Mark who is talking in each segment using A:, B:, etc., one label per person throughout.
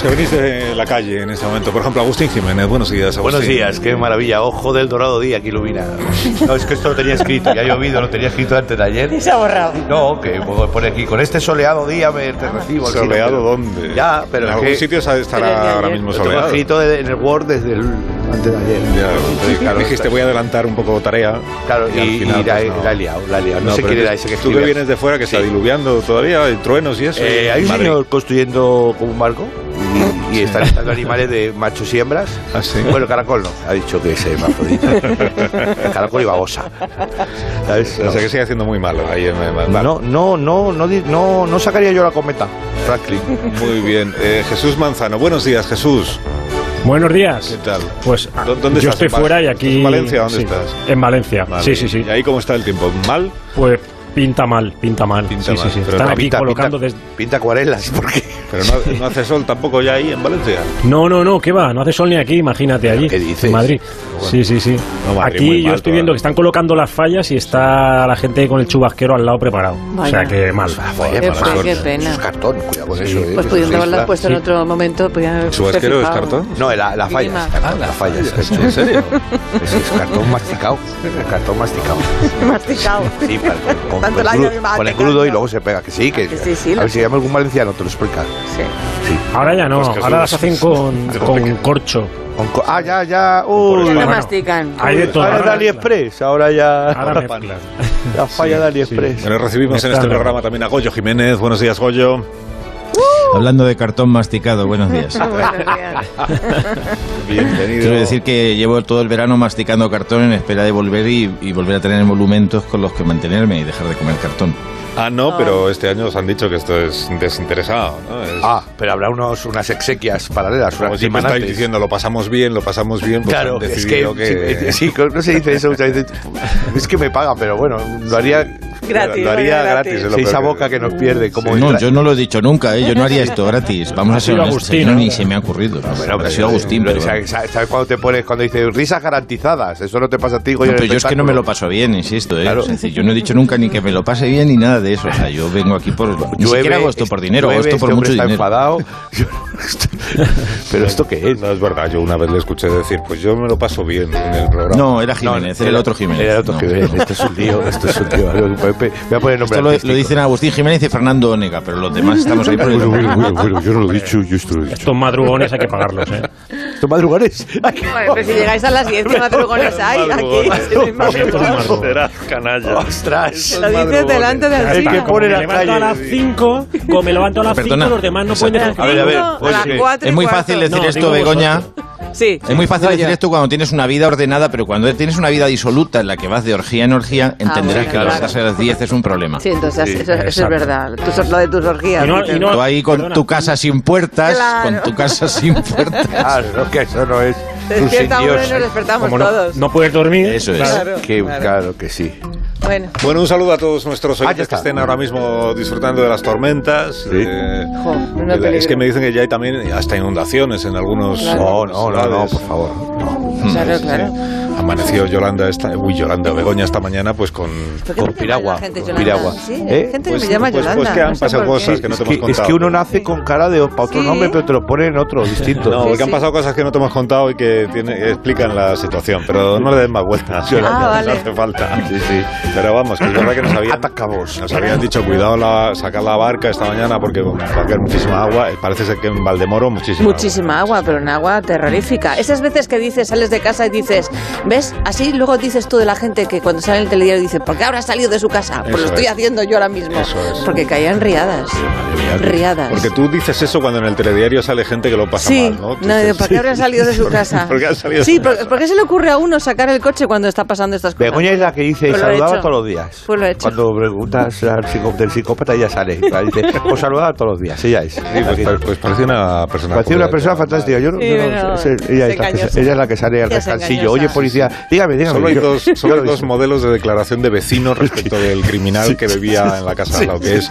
A: que venís de la calle en este momento. Por ejemplo, Agustín Jiménez. Buenos días, Agustín.
B: Buenos días, qué maravilla. Ojo del dorado día que ilumina. No, es que esto lo tenía escrito, ya ha llovido, lo tenía escrito antes de ayer.
C: Y se ha borrado.
B: No, que pone aquí, con este soleado día me te recibo. Alcina,
A: ¿Soleado
B: pero-
A: dónde?
B: Ya, pero
A: En
B: es
A: algún
B: que-
A: sitio
C: Pero es de
A: estará ahora
C: ayer.
A: mismo
B: Lo tengo
A: soleado.
B: escrito de- en el Word desde el antes de ayer.
A: Ya, sí, claro,
B: está-
A: dijiste, voy a adelantar un poco tarea.
B: Claro, y,
A: al
B: y
A: final,
B: la,
A: pues, no.
B: la he liado, la he liado. No, sé
A: pero
B: quién
A: es-
B: era ese que
A: Tú que
B: escribía.
A: vienes de fuera, que está
B: Sí.
A: diluviando todavía, hay truenos y eso.
B: Eh, hay un
A: Madrid.
B: señor construyendo como un barco y, y están estando animales de machos y hembras.
A: Ah, sí.
B: Bueno, caracol no, ha dicho que es hermafrodita. caracol y babosa. ¿Sabes?
A: O sea, que sigue haciendo muy malo ahí en en-
B: No, no, no, no, no, di- no, no sacaría yo la cometa, Franklin.
A: Muy bien. Eh, Jesús Manzano, buenos días, Jesús.
D: Buenos días.
A: ¿Qué tal?
D: Pues
A: ¿Dó- dónde
D: yo
A: estás?
D: estoy
A: ¿En Val-
D: fuera y
A: estás
D: aquí.
A: en Valencia? ¿Dónde
D: sí,
A: estás?
D: En Valencia.
A: Vale.
D: Sí, sí, sí.
A: ¿Y ahí cómo está el tiempo? ¿Mal?
D: Pues pinta mal, pinta mal.
A: Pinta
D: sí,
A: mal,
D: sí, sí.
A: pero
D: Están
A: no,
D: aquí colocando desde.
B: pinta acuarelas, porque
A: Pero no, no hace sol tampoco ya ahí en Valencia.
D: No, no, no, ¿qué va? No hace sol ni aquí, imagínate allí.
B: qué dices?
D: En Madrid. Sí, sí, sí.
A: No, Madrid muy
D: aquí yo
A: mal
D: estoy
A: todavía.
D: viendo que están colocando las fallas y está la gente con el chubasquero al lado preparado. O sea
C: Vaya.
D: que mal.
A: Pues,
B: Vaya,
C: Qué
B: mala
C: fe-
B: suerte.
C: qué pena.
B: Eso es cartón, cuidado con eso. ¿eh?
C: Pues
B: Eso
C: pudiendo
B: es
C: haberlas
B: extra.
C: puesto en otro momento, podían haberse
A: ¿Su asquero es
C: fijado.
A: cartón?
B: No, la, la falla.
C: Víctima.
B: es cartón, La falla. es cartón.
A: ¿En serio?
B: Eso es cartón masticado. Cartón masticado.
C: Masticado.
B: Sí, para- con,
C: Tanto
B: el
C: el año
B: crudo,
C: que me hace
B: con el crudo y
C: caso.
B: luego se pega. Que sí, que,
C: Que sí, sí,
B: a
C: lo-
B: ver si llama algún valenciano, te lo explica.
C: Sí.
D: Ahora ya no,
A: Pues Jesús.
D: ahora las hacen con, con corcho.
B: Con co- ah, ya, ya.
C: No
B: Uy,
D: Bueno,
C: mastican.
D: Hay de todo.
B: ahora es de
D: Ahora mezclan.
B: AliExpress. Ahora ya.
D: Ahora mezclan.
B: la falla de AliExpress.
A: Bueno, recibimos en este
D: Escándalo.
A: programa también a Goyo Jiménez. Buenos días, Goyo.
E: Hablando de cartón masticado, buenos días.
C: Buenos días.
A: Bienvenido.
E: Quiero decir que llevo todo el verano masticando cartón en espera de volver y, y volver a tener monumentos con los que mantenerme y dejar de comer cartón.
A: Ah, no, pero este año os han dicho que esto es desinteresado. ¿no? Es-
B: Ah, pero habrá unos, unas exequias paralelas.
A: como
B: Unas
A: siempre
B: semanas
A: estáis diciendo, lo pasamos bien, lo pasamos bien. pues
B: Claro,
A: han
B: es que,
A: decidido que-
B: sí, sí, no se dice eso muchas veces. Es que me paga, pero bueno, lo haría
C: Gratis,
A: Lo haría
C: vaya,
A: gratis.
C: gratis.
A: es lo
B: seis
A: peor
B: a boca que nos pierde. Como
E: No, yo no lo he dicho nunca, ¿eh? yo no haría esto gratis. Vamos a ser
D: sido
E: honestos,
D: Agustín,
E: no,
D: ¿no?
E: ni se me ha ocurrido. No,
B: Bueno,
E: ha sido Agustín,
B: lo-
E: pero,
B: ¿sabes, sabes cuando te pones, cuando dices risas garantizadas? Eso no te pasa a ti,
E: No,
B: Goyo, en
E: pero
B: el
E: yo es que no me lo
B: espectáculo.
E: paso bien, insisto. ¿eh?
B: Claro.
E: Es decir, yo no he dicho nunca ni que me lo pase bien ni nada de eso. O sea, yo vengo aquí por... ni siquiera hago esto por dinero, hago
B: llueve,
E: esto por
B: este hombre
E: mucho
B: está
E: dinero.
B: enfadado. pero esto qué es?
A: No es verdad, Ah, yo una vez le escuché decir, pues yo me lo paso bien en el programa.
E: No, era Jiménez, era el otro Jiménez.
B: Era el otro
E: no.
B: Jiménez. Esto es un lío, esto es un lío. Voy a poner el nombre
E: Esto lo,
B: artístico.
E: lo dicen Agustín Jiménez y Fernando Onega, pero los demás estamos ahí por el...
B: Bueno, bueno, bueno, bueno, yo no lo he dicho, yo esto lo he dicho.
D: Estos madrugones hay que pagarlos, ¿eh?
B: ¿Estos madrugones?
C: Bueno, pero si llegáis a las 10, ¿qué madrugones hay aquí?
A: Madrugones.
C: Sí, madrugones.
D: Madrugones.
A: Serás canalla.
B: Pues ¡Ostras!
C: Lo dices delante de
D: Ya
B: Hay
D: está,
B: que
C: Alcina.
D: como
B: poner
D: me
B: a
D: levanto
B: calle,
D: a las
B: sí.
D: 5, como me levanto a las 5,
E: Perdona.
D: los demás no pueden
E: Exacto.
D: decir
B: A ver, a ver,
C: Cinco,
B: pues
C: las
B: sí.
C: cuatro y
E: Es muy
C: Ah, cuarto.
E: fácil decir
D: No,
E: esto,
D: digo
E: Begoña.
C: Sí.
E: Es muy fácil
C: Goyo.
E: decir esto cuando tienes una vida ordenada, pero cuando tienes una vida disoluta en la que vas de orgía en orgía, entenderás
C: Ah, bueno,
E: que
C: claro.
E: levantarse a las 10 es un problema.
C: Sí, entonces eso, eso es
D: exacto.
C: verdad. Tú, lo de tus orgías.
D: Y no-
C: dices.
D: y no-
E: Tú ahí con
D: Perdona.
E: tu casa sin puertas,
C: Claro.
E: con tu casa sin puertas.
B: Claro, no, que eso no es.
C: Despierta
B: un
C: uno y nos
B: señor.
C: despertamos
D: Como no,
C: todos.
D: no puedes dormir.
E: Eso es.
D: claro.
B: Que, claro que sí.
C: Bueno,
A: Bueno, un saludo a todos nuestros
B: Ah, ya
A: oyentes que
B: está.
A: estén ahora mismo disfrutando de las tormentas. eh,
C: jo, menudo
A: de la- es
C: peligro.
A: que me dicen que ya hay también hasta inundaciones en algunos.
B: No, no, no, no,
A: ciudades.
B: por favor. No.
C: Claro, claro.
A: Sí. eh, Amaneció Yolanda, esta, uy, Yolanda Begoña esta mañana, pues con.
C: ¿Por qué
B: Con
C: me llama
B: piragua,
C: la gente
B: con
C: Yolanda?
B: piragua.
C: Sí,
B: ¿Eh?
C: hay gente
A: Pues-
C: que me llama
A: pues-
C: Yolanda.
A: pues que han
C: no sé
A: pasado
C: por qué.
A: cosas que no
B: Es
A: te hemos
B: que, es
A: contado.
B: que uno nace con cara de para otro
C: Sí.
B: nombre, pero te lo ponen otro distinto.
A: No,
C: Sí,
A: porque han
C: sí.
A: pasado cosas que no te hemos contado y que tiene- que explican la situación, pero no le des más vueltas, Yolanda,
C: Ah, vale.
A: no hace falta. Sí, sí. Pero vamos, que es verdad que nos habían,
B: Atacamos.
A: nos habían dicho, cuidado, la, sacar la barca esta mañana porque va a caer muchísima agua. Eh, Parece ser que en Valdemoro muchísima
C: Muchísima agua, pero un agua terrorífica. Esas veces que dices, sales de casa y dices, ¿ves? Así luego dices tú de la gente que cuando sale en el telediario dice, ¿por qué habrá salido de su casa? Pues
A: Eso
C: lo estoy
A: es.
C: haciendo yo ahora mismo.
A: Eso es.
C: Porque caían riadas. Riadas.
A: Porque tú dices eso cuando en el telediario sale gente que lo pasa
C: Sí,
A: mal, ¿no? Tú
C: no,
A: dices,
C: ¿por qué habrá salido de su
A: ¿Por qué-
C: casa?
A: por qué ha salido de
C: sí,
A: su
C: por-
A: casa?
C: ¿por qué se le ocurre a uno sacar el coche cuando está pasando estas cosas?
B: Begoña es la que dice
C: Pues lo he
B: saludaba
C: hecho.
B: todos los días.
C: Pues lo he hecho.
B: Cuando preguntas al psicó- del psicópata, ella sale. Dice, os saludaba todos los días. Ella es.
A: Sí, pues, pues- pues parece una persona.
B: Parecía una persona
A: completa.
B: fantástica. Yo no,
C: Sí,
B: yo no-
C: pero
B: es- ella,
C: es
B: es la que,
C: engañosa.
B: ella es la que sale al
C: Sí, es
B: descansillo.
C: engañosa.
B: Oye, policía, dígame, dígame.
A: Solo hay
B: yo-
A: dos,
B: yo
A: solo hay
B: lo
A: dos
B: hice.
A: modelos de declaración de vecinos respecto del criminal que bebía en la casa de al lado, que es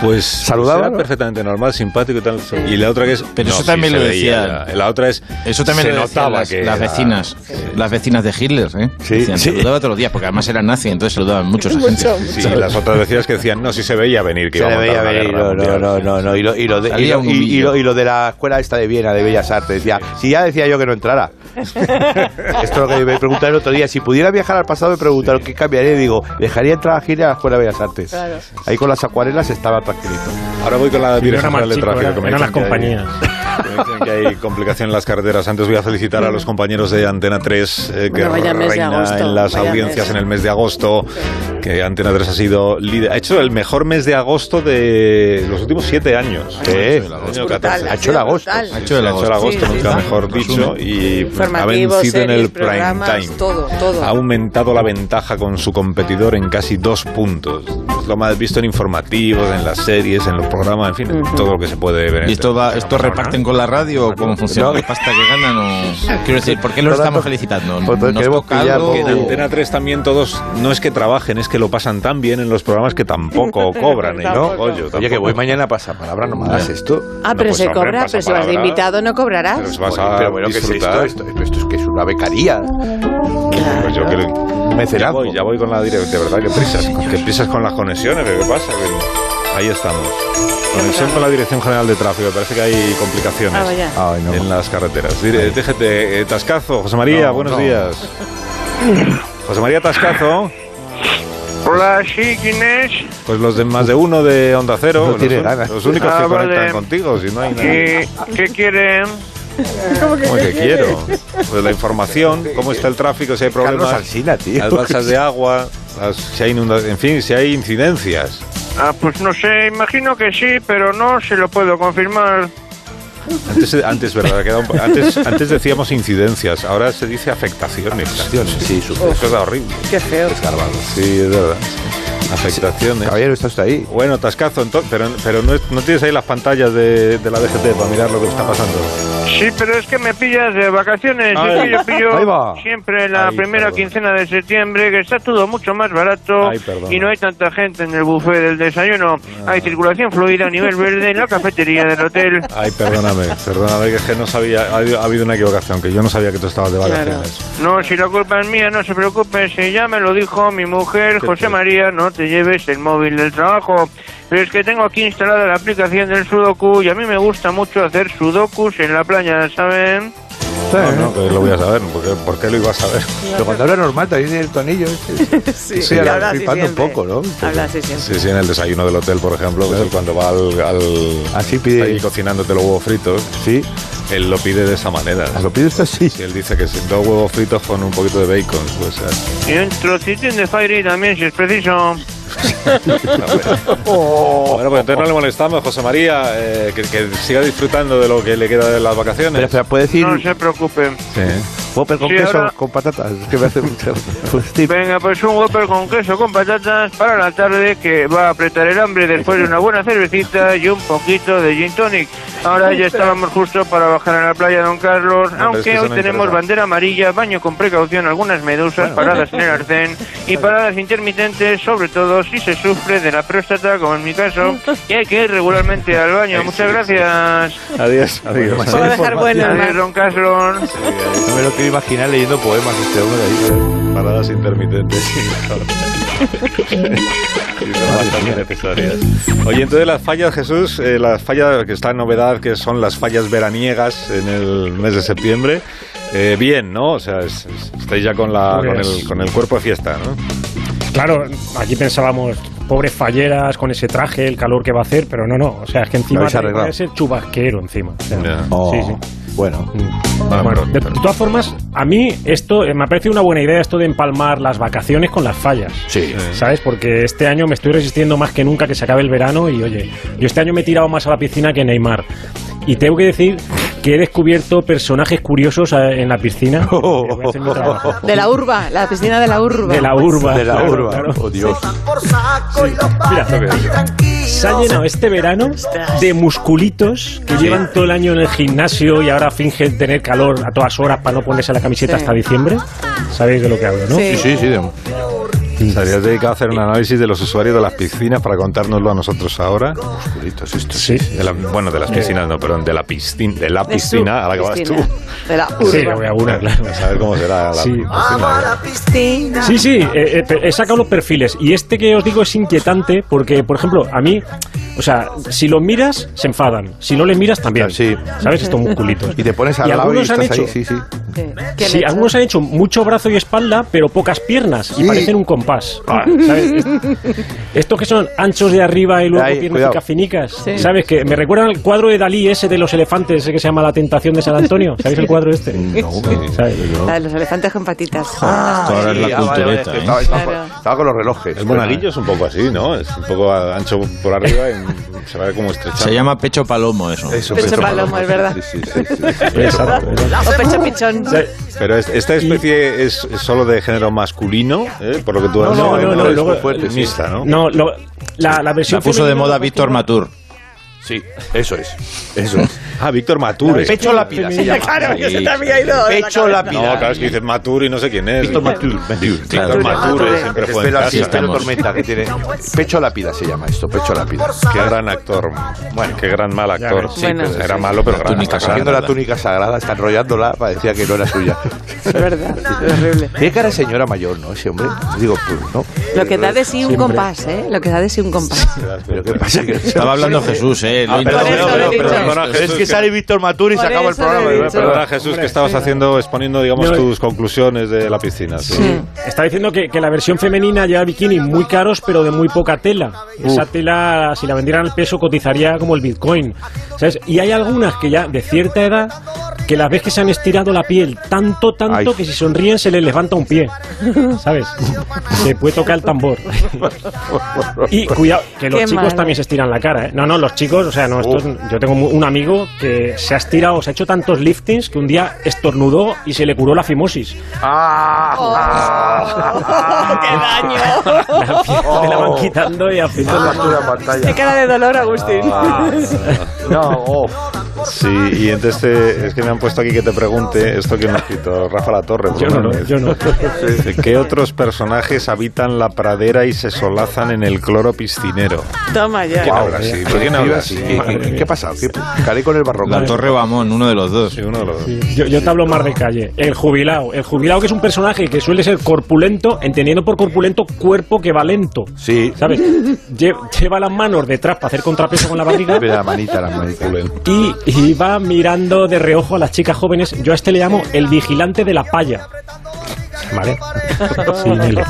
A: Pues
B: ¿Saludaba,
A: era
B: no?
A: perfectamente normal, simpático y tal. Y la otra que es.
E: Pero eso
A: sí
E: también
A: se
E: lo
A: veía,
E: decían.
A: La, la otra es.
E: Eso también
A: se
E: lo decían
A: notaba
E: las,
A: que
E: las
A: era-
E: vecinas, las vecinas de Hitler, ¿eh?
B: Sí,
E: Decían,
B: sí.
E: Saludaba todos los días, porque además eran nazi, entonces saludaban muchos. agentes.
A: Sí, las otras vecinas que decían, no, si se veía venir que
B: Se
A: iba
B: le
A: a
B: veía
A: montar una
B: venir,
A: guerra
B: no, no,
A: mundial.
B: no, no, no, Y lo, y lo de, y
E: Salía
B: lo-
E: un
B: y- y
E: humillo.
B: lo- y lo de la escuela esta de Viena, de Bellas Artes. Ya, si ya decía yo que no entrara. Esto es lo que me preguntaron el otro día. Si pudiera viajar al pasado, me preguntaron qué cambiaría. Y digo, dejaría entrar a Gil a la escuela de Bellas Artes.
C: Claro.
B: Ahí con las acuarelas estaba tranquilito.
A: Ahora voy con la
D: Sí, no era
A: dirección general de
D: Marchico,
A: tráfico.
D: era-
A: que me dicen
D: eran las
A: que hay- que me dicen que hay complicación en las carreteras. Antes voy a felicitar a los compañeros de Antena 3 eh, que
C: Bueno, vaya mes de
A: reina
C: agosto,
A: en las
C: vaya
A: audiencias
C: mes.
A: en el mes de agosto. Que Antena 3 ha sido líder. Ha hecho el mejor mes de agosto de los últimos siete años.
B: ¿Qué?
A: El
B: Ha
A: año
C: brutal,
A: 14.
B: ha hecho el agosto.
C: brutal.
E: Ha hecho el
A: Se
E: agosto.
C: Sí, sí,
A: nunca
C: sí.
A: mejor dicho, y ha
C: Informativos,
A: vencido en el
C: series,
A: prime
C: programas,
A: time.
C: todo, todo.
A: Ha aumentado la ventaja con su competidor en casi dos puntos. Es lo más visto en informativos, en las series, en los programas, en fin, en todo lo que se puede ver. en este
E: ¿Y esto, va, esto reparten con la radio o cómo funciona?
B: No.
E: ¿La pasta que ganan o...? Quiero decir, ¿por qué los
B: Por tanto,
E: estamos felicitando?
B: por tanto,
E: ¿Nos
B: queremos
E: toca
B: pillar
E: algo?
A: Que en
B: Oh.
A: Antena 3 también todos, no es que trabajen, es que lo pasan tan bien en los programas que tampoco cobran. ¿eh?
C: Tampoco.
A: Coño,
B: Oye, que
A: tampoco.
B: voy mañana pasa palabra, no me hagas esto.
C: Ah,
A: No,
C: pero
A: pues,
C: se
A: hombre,
C: cobra,
A: pasa
C: pero si vas de
A: palabra.
C: invitado no cobrarás.
A: Pero vas
B: Oye,
A: a
B: pero bueno, ¿qué es esto?
A: disfrutar.
B: Esto, esto- esto es que es una becaría.
A: Pues yo creo que- Ya
B: Mecenazgo.
A: voy, ya voy con la directa, de verdad, que prisas, que prisas con las conexiones, ¿qué pasa? Que- Ahí estamos. Conexión con la Dirección General de Tráfico, parece que hay complicaciones
C: Ah, vaya.
B: Ay, no.
A: en las carreteras. Dire- Déjate, eh, Tascazo, José María,
B: No,
A: buenos
B: no.
A: días. José María Tascazo,
F: Hola, sí, ¿quién es?
A: pues los de más de uno de Onda Cero,
B: No
A: los,
B: tiene
A: un-
B: ganas.
A: los únicos
F: Ah,
A: que
F: vale.
A: conectan contigo, si no hay nada.
F: ¿Qué, qué quieren?
A: ¿Cómo que quiero? Pues la información, cómo está el tráfico, si hay
B: Carlos
A: problemas,
B: Alsina, tío.
A: las balsas de agua, las- si hay inundaciones, en fin, si hay incidencias.
F: Ah, pues no sé, imagino que sí, pero no se lo puedo confirmar.
A: Antes, antes, ¿verdad? Queda un- antes, antes decíamos incidencias, ahora se dice afectaciones.
B: Sí, su
A: Eso es horrible.
C: Qué feo.
A: Sí, es verdad. Afectaciones.
B: Caballero, está usted ahí.
A: Bueno, Tascazo, entonces, pero, pero no, es- no tienes ahí las pantallas de, de la DGT para mirar lo que está pasando.
F: Sí, pero es que me pillas de vacaciones.
A: Ay.
F: Es que yo pillo
B: Ahí va.
F: siempre la
A: Ay,
F: primera
A: perdón.
F: quincena de septiembre, que está todo mucho más barato
A: Ay, perdón.
F: y no hay tanta gente en el buffet del desayuno. Hay
B: Ah.
F: circulación fluida a nivel verde en la cafetería del hotel.
A: Ay, perdóname, perdóname, que es que no sabía, ha, habido- ha habido una equivocación, que yo no sabía que tú estabas de vacaciones.
F: No, si la culpa es mía, no se preocupen, si ya me lo dijo mi mujer,
A: Qué
F: José
A: pena.
F: María, no te lleves el móvil del trabajo. Pero es que tengo aquí instalada la aplicación del Sudoku y a mí me gusta mucho hacer Sudokus en la playa, ¿saben?
A: No, no, que lo voy a saber, porque, ¿por qué lo iba a saber?
B: Pero cuando habla normal, también tiene el tonillo. este.
C: Sí,
B: Sí,
C: habla
B: ahora
C: así
B: flipando un
C: siempre.
B: poco, ¿no?
C: Habla así siempre.
A: Sí, sí, en el desayuno del hotel, por ejemplo, que es el cuando va al... al
B: Así pide-
A: Está ahí cocinándote los huevos fritos,
B: Sí,
A: él lo pide de esa manera.
B: lo pide usted así.
A: Si él dice que son dos huevos fritos con un poquito de bacon, pues eh,
F: Y un trocitín de Fairy también, si es preciso.
A: Bueno, pues entonces no le molestamos, José María, eh, que, que siga disfrutando de lo que le queda de las vacaciones.
B: Pero, espera, ¿puede decir
F: No se preocupen.
A: Sí.
B: Whopper con
F: Sí,
B: queso
F: ahora-
B: con patatas? Es que me hace mucha... Pues sí,
F: Venga, pues un Whopper con queso con patatas para la tarde que va a apretar el hambre después de una buena cervecita y un poquito de gin tonic. Ahora ya estábamos justo para bajar a la playa Don Carlos,
A: pero es
F: aunque
A: que eso
F: hoy
A: no
F: tenemos
A: interesa.
F: bandera amarilla, baño con precaución, algunas medusas, paradas en el arcén y paradas intermitentes, sobre todo si se sufre de la próstata, como en mi caso, y hay que ir regularmente al baño. Muchas gracias.
A: Adiós, adiós.
C: Puedo dejar bueno el
F: Adiós,
C: mar.
F: Don Carlos.
A: Eh,
B: no me lo quiero imaginar leyendo poemas este hombre ahí.
A: Paradas intermitentes. Y son bastante necesarias. Oye, entonces las fallas, Jesús, eh, las fallas que está en novedad, que son las fallas veraniegas en el mes de septiembre. eh, bien, ¿no? O sea, es- es- estáis ya con, la, con, el, con el cuerpo de fiesta, ¿no?
D: Claro, aquí pensábamos, pobres falleras con ese traje, el calor que va a hacer, pero no, no. O sea, es que
B: Lo
D: encima
B: habéis
D: tiene
B: arreglado.
D: que ser chubasquero encima. o sea,
A: Ya.
B: Oh,
D: Sí, sí.
B: Bueno,
A: Ah,
D: Bueno,
A: pero-
D: de, de todas formas, a mí esto eh, me ha parecido una buena idea esto de empalmar las vacaciones con las fallas.
A: Eh,
B: sí.
D: ¿Sabes? Porque este año me estoy resistiendo más que nunca que se acabe el verano y oye, yo este año me he tirado más a la piscina que Neymar. Y tengo que decir que he descubierto personajes curiosos eh, en la piscina. que voy a hacer mi trabajo.
C: De la urba, la piscina de la urba.
D: De la urba.
B: De la
D: claro,
B: urba.
D: claro.
B: Oh, Dios.
D: Mira, se ha llenado este verano de musculitos que llevan todo el año en el gimnasio y ahora fingen tener calor a todas horas para no ponerse la camiseta
C: Sí.
D: hasta diciembre. ¿Sabéis de lo que hablo, no?
C: Sí.
B: Sí, sí, sí. de-
D: Y piscinas.
A: ¿Te has dedicado a hacer un análisis de los usuarios de las piscinas para contárnoslo a nosotros ahora?
B: Oscuritos estos.
D: Sí.
A: De la- bueno, de las piscinas, no, perdón, de la piscina, de la
C: De su
A: piscina a la que vas tú.
C: piscina, De la
D: Sí,
C: urba.
D: la voy a una, claro.
A: A saber cómo será la
D: Sí.
A: piscina.
D: Sí, sí, eh, eh, pe- he sacado los perfiles. Y este que os digo es inquietante porque, por ejemplo, a mí, o sea, si los miras, se enfadan. Si no les miras, también.
B: Sí.
D: ¿Sabes? Estos musculitos.
B: Y te pones al
D: Y
B: lado y
D: algunos
B: estás
D: han
B: ahí,
D: hecho-
B: sí, sí.
C: Sí. ¿Qué han
D: Sí,
C: hecho?
D: algunos han hecho mucho brazo y espalda, pero pocas piernas. Y parecen un compás. ¿sabes? Est- Estos que son anchos de arriba y luego
B: Ay, cuidado.
D: piernas finicas.
C: Sí.
D: ¿Sabes? Que me recuerdan al cuadro de Dalí, ese de los elefantes, ese que se llama La Tentación de San Antonio. ¿Sabéis el cuadro este? ¿Sabes?
C: La de los elefantes con patitas.
E: Ahora es
B: Sí,
E: la
B: ah, vale, vale,
E: cultureta,
B: que
E: ¿eh?
B: estaba, estaba-
C: Claro.
B: estaba con los relojes.
A: El monaguillo es un poco así, ¿no? Es un poco a- ancho por arriba y se va a ver como estrechado.
E: Se llama pecho palomo eso.
B: Eso,
C: Pecho palomo, es verdad.
B: Sí, sí, sí, sí, sí.
D: Exacto. exacto.
C: O pecho pichón.
A: Pero es- esta especie es es solo de género masculino, ¿eh? por lo que tú
D: No,
A: has
D: no, no, no,
A: es
D: luego-
A: muy fuerte, sí. mixta, ¿no?
D: No, lo- la, la versión
E: La puso de
D: femenina-
E: moda Víctor Matur.
B: Sí, eso es. Eso es.
A: Ah, Víctor Mature.
B: Pecho lápida se llama.
C: Claro, que se
E: Sí,
C: te había ido. de la cabeza.
B: Pecho
A: No,
B: lápida.
A: claro, es que dices Mature y no sé quién es.
B: Víctor Mature.
A: Víctor
E: Claro.
A: Mature, siempre
B: Espero
A: fue en
B: así,
A: casa.
B: espero
E: estamos.
B: tormenta que tiene. Pecho lápida se llama esto, pecho lápida.
A: Qué gran actor. Bueno, qué gran mal actor.
C: sí, Bueno. pero
A: pues, era malo, pero
E: La
A: gran
E: túnica
A: actor.
E: sagrada.
B: Cogiendo la túnica sagrada, está enrollándola, parecía que no era suya.
C: Es verdad, es horrible.
B: Tiene cara de señora mayor, ¿no? Ese hombre. Digo, pues no.
C: Lo que da de sí un compás, ¿eh? Lo que da de sí un compás.
B: Pero qué pasa que.
E: Estaba hablando Jesús, ¿eh? Lo he
B: Ah, perdón,
E: intentado,
C: eso
E: pero-
C: lo he
E: pero-
C: dicho.
E: perdona,
A: Pero
E: Jesús.
B: Es que sale Víctor Matur y se
C: Por
B: acaba el
C: eso lo
B: programa.
C: he
B: ¿verdad?
C: dicho.
B: Perdona.
A: Perdona, Jesús, que estabas haciendo, exponiendo, digamos,
D: No,
A: tus conclusiones de la piscina. Sí.
D: Está diciendo que, que la versión femenina lleva bikini muy caros, pero de muy poca tela. Esa tela, si la vendieran al peso, cotizaría como el Bitcoin. ¿Sabes? Y hay algunas que ya, de cierta edad, que las ves que se han estirado la piel tanto, tanto,
B: Ay.
D: que si sonríen se les levanta un pie. ¿Sabes? Se puede tocar el tambor. y cuidado, que los
C: Qué
D: chicos
C: malo.
D: también se estiran la cara. ¿eh? No, no, los chicos, o sea, no, estos- yo tengo mu- un amigo que se ha estirado, se ha hecho tantos liftings que un día estornudó y se le curó la fimosis.
C: Ah. ¡Qué daño!
D: Te la van quitando y al final...
C: ¡Qué cara de dolor, Agustín!
B: No, oh.
A: Sí, y entonces te- es que me han puesto aquí que te pregunte esto que me ha escrito Rafa La Torre.
D: Yo no, no, yo no.
A: ¿Qué otros personajes habitan la pradera y se solazan en el cloro piscinero?
C: Toma ya.
A: ¿Quién habla así? ¿Por quién habla así?
B: ¿Qué, qué- qué ha pasado? ¿Qué, Caré con el barroco.
E: La Torre Bamón, uno de los dos.
A: Sí, uno de los dos.
D: Yo, yo te hablo más de calle. El jubilado. El jubilado que es un personaje que suele ser corpulento, entendiendo por corpulento cuerpo que va lento.
B: Sí.
D: ¿Sabes? Lle- Lleva las manos detrás para hacer contrapeso con la barriga
B: Ve La manita, la manita.
D: y, y va mirando de reojo a las chicas jóvenes. Yo a este le llamo el vigilante de la palla. ¿Vale? Sí, dile.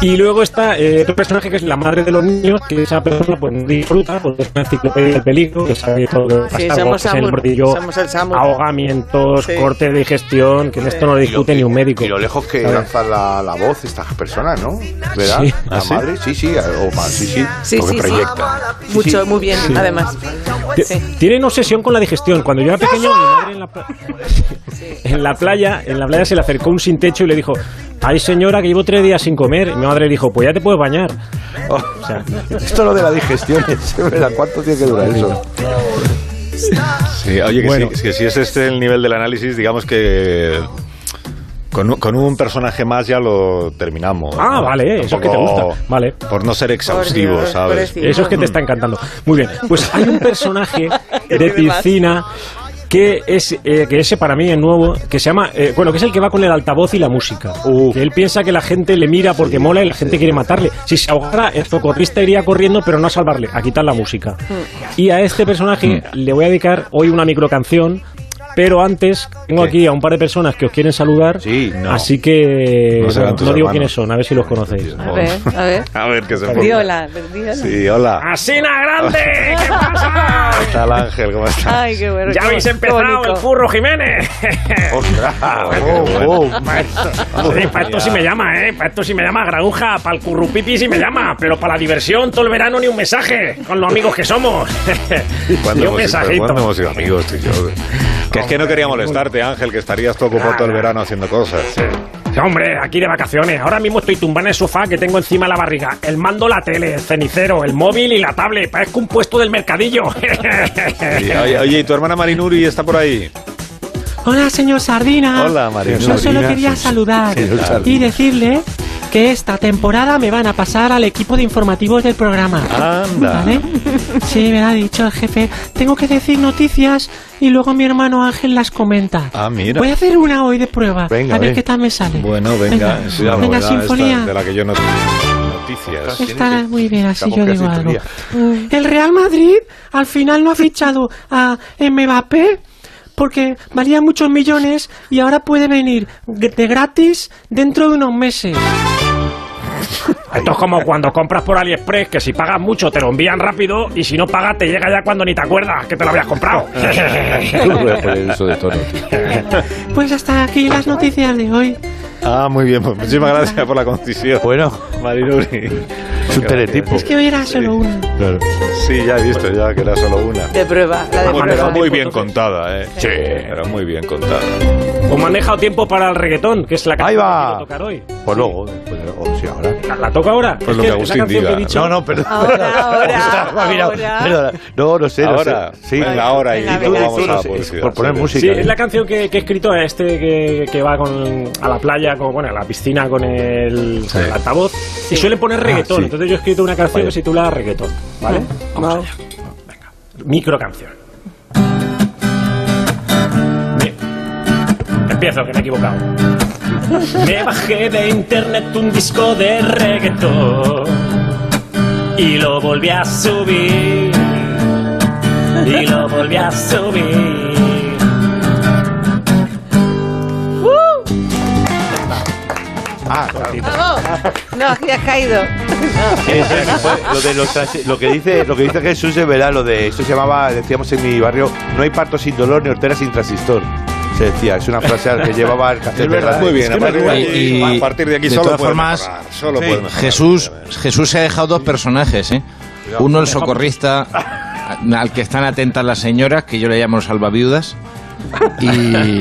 D: Y luego está eh, otro personaje que es la madre de los niños, que esa persona pues no disfruta, porque es una enciclopedia del peligro, que sabe todo lo que pasa,
C: Sí,
D: algo
C: somos
D: que es el
C: Samur,
D: bordillo,
C: somos el Samur.
D: ahogamientos,
C: Sí.
D: cortes de digestión, que esto no lo discute ni un médico.
B: Y lo lejos que
D: ¿Sabes?
B: lanza la, la voz estas personas, ¿no? ¿Verdad?
D: Sí.
B: La
A: ¿Ah, sí?
B: madre, sí, sí, o más, sí, sí.
C: Sí,
B: Porque
C: sí, sí.
B: proyecta.
C: Mucho, muy bien, además.
D: Ti-
C: Sí.
D: Tienen obsesión con la digestión. Cuando yo era pequeño, mi madre en la, pla- en la playa, en la playa se le acercó un sin techo y le dijo, ay señora, que llevo tres días sin comer. Y mi madre le dijo, pues ya te puedes bañar. O sea,
B: Esto lo de la digestión, es verdad. ¿Cuánto tiene que durar eso?
A: Sí, oye, que,
D: Bueno.
A: sí, que si es este el nivel del análisis, digamos que con, un- con un personaje más ya lo terminamos.
D: Ah,
A: ¿no?
D: vale, eso es que te gusta. Vale.
A: Por no ser exhaustivo,
C: Por Dios,
A: ¿sabes?
C: pobrecito.
D: eso es que te está encantando. Muy bien, pues hay un personaje de
C: tiene más.
D: piscina que es eh, que ese para mí es nuevo, que se llama, eh, bueno, que es el que va con el altavoz y la música.
B: Uf.
D: Que él piensa que la gente le mira porque mola y la gente quiere matarle. Si se ahogara, el socorrista iría corriendo, pero no a salvarle, a quitar la música. Y a este personaje le voy a dedicar hoy una microcanción. Pero antes, tengo
B: ¿Qué?
D: aquí a un par de personas que os quieren saludar.
B: Sí, no.
D: Así que.
A: No serán
D: bueno,
A: tus
D: no digo
A: hermanos.
D: quiénes son, a ver si los conocéis.
C: A ver, a ver.
A: A ver qué se pone.
C: Diola, diola.
A: Sí, hola.
D: ¡Asina Grande! ¿Qué pasa?
A: ¿Qué tal, Ángel? ¿Cómo estás?
C: Ay, qué bueno.
D: Ya habéis
C: qué
D: empezado
C: bonito.
D: el furro, Jiménez.
B: ¡Ostras!
A: qué
B: Oh,
A: bueno.
B: oh.
D: Sí, para esto sí me llama, ¿eh? Para esto sí me llama, Granuja. Para el currupipi sí me llama. Pero para la diversión, todo el verano ni un mensaje. Con los amigos que somos.
A: ¿Cuándo
D: Ni un
A: hemos, ido,
D: mensajito.
A: cuándo hemos sido amigos, tú y yo? Que es que no quería molestarte, Ángel, que estarías todo ocupado todo el verano haciendo cosas.
D: Hombre, aquí de vacaciones. Ahora mismo estoy tumbado en el sofá que tengo encima la barriga. El mando, la tele, el cenicero, el móvil y la tablet. Parezco un puesto del mercadillo.
A: Y, oye, oye, ¿y tu hermana Marinuri está por ahí?
G: Hola, señor Sardina.
H: Ah,
A: Hola, Marinuri.
G: Yo solo quería saludar y decirle que esta temporada me van a pasar al equipo de informativos del programa.
A: Anda.
G: ¿Vale? Sí, me lo ha dicho el jefe. Tengo que decir noticias y luego mi hermano Ángel las comenta.
A: Ah, mira.
G: Voy a hacer una hoy de prueba.
B: Venga,
G: a ver
B: ve.
G: qué tal me sale.
A: Bueno, venga, es una
G: Venga,
A: novedad esta,
G: sinfonía.
A: de la que yo no tengo noticias.
G: Está muy bien, así
B: Estamos
G: yo
B: que
G: digo algo. Mm.
B: sintonía.
G: El Real Madrid al final no ha fichado a Mbappé porque valía muchos millones y ahora puede venir de gratis dentro de unos meses.
D: Esto es como cuando compras por AliExpress, que si pagas mucho te lo envían rápido y si no pagas te llega ya cuando ni te acuerdas que te lo habías comprado.
B: Yo no voy a poner eso de tono, tío.
G: Pues hasta aquí las noticias de hoy.
A: Ah, muy bien, pues muchísimas gracias por la concisión.
B: Bueno,
A: Marinuri.
B: es un teletipo.
G: Es que hoy era solo una.
A: Claro. Sí, ya he visto, ya que era solo una.
C: De prueba, la de
A: Muy,
C: prueba.
A: muy bien contada, ¿eh? Sí. Era muy bien contada.
D: O manejado tiempo para el reggaetón, que es la
B: Ahí
D: canción
B: va.
D: que quiero tocar hoy.
B: Pues luego, después, o sea, ahora.
D: ¿La, la toco ahora?
A: Pues lo que
D: esa
A: Agustín
D: canción
A: diga.
D: que he dicho-
B: No, no, perdón.
C: Ahora, ahora,
B: Ah, Mira,
C: ahora.
B: perdona. No, no sé, no
A: ahora,
B: sé. Sí.
A: venga, ahora y
C: Venga,
A: luego
C: venga,
A: vamos
C: sí.
A: a la
B: Sí,
A: publicidad.
B: por poner
A: Sí.
B: música. ¿eh?
D: Sí, es la canción que, que he escrito a este que, que va con, a la playa, con, bueno, a la piscina con el, el altavoz. Y suele poner
B: Ah,
D: reggaetón.
B: sí.
D: Entonces yo he escrito una canción
B: Vale.
D: que se titula Reggaetón. ¿Vale? Micro canción. Bien. Empiezo, que me he equivocado. Me bajé de internet un disco de reggaetón y lo volví a subir. Y lo volví a subir.
B: Ah, claro.
C: Bravo. No, aquí has caído.
B: Eso es, fue lo, de los trans- lo que dice lo que dice Jesús es verdad lo de esto se llamaba decíamos en mi barrio no hay parto sin dolor ni hortera sin transistor se decía es una frase que llevaba el
A: Es verdad, muy bien. A partir de
E: duele.
A: aquí,
E: Y-
A: a partir de aquí
E: de
A: solo
E: todas
A: puede
E: formas,
A: mejorar, solo
B: sí,
A: puede mejorar.
E: Jesús, Jesús se ha dejado dos personajes, ¿eh? Uno el socorrista a- al que están atentas las señoras, que yo le llamo salvaviudas, y,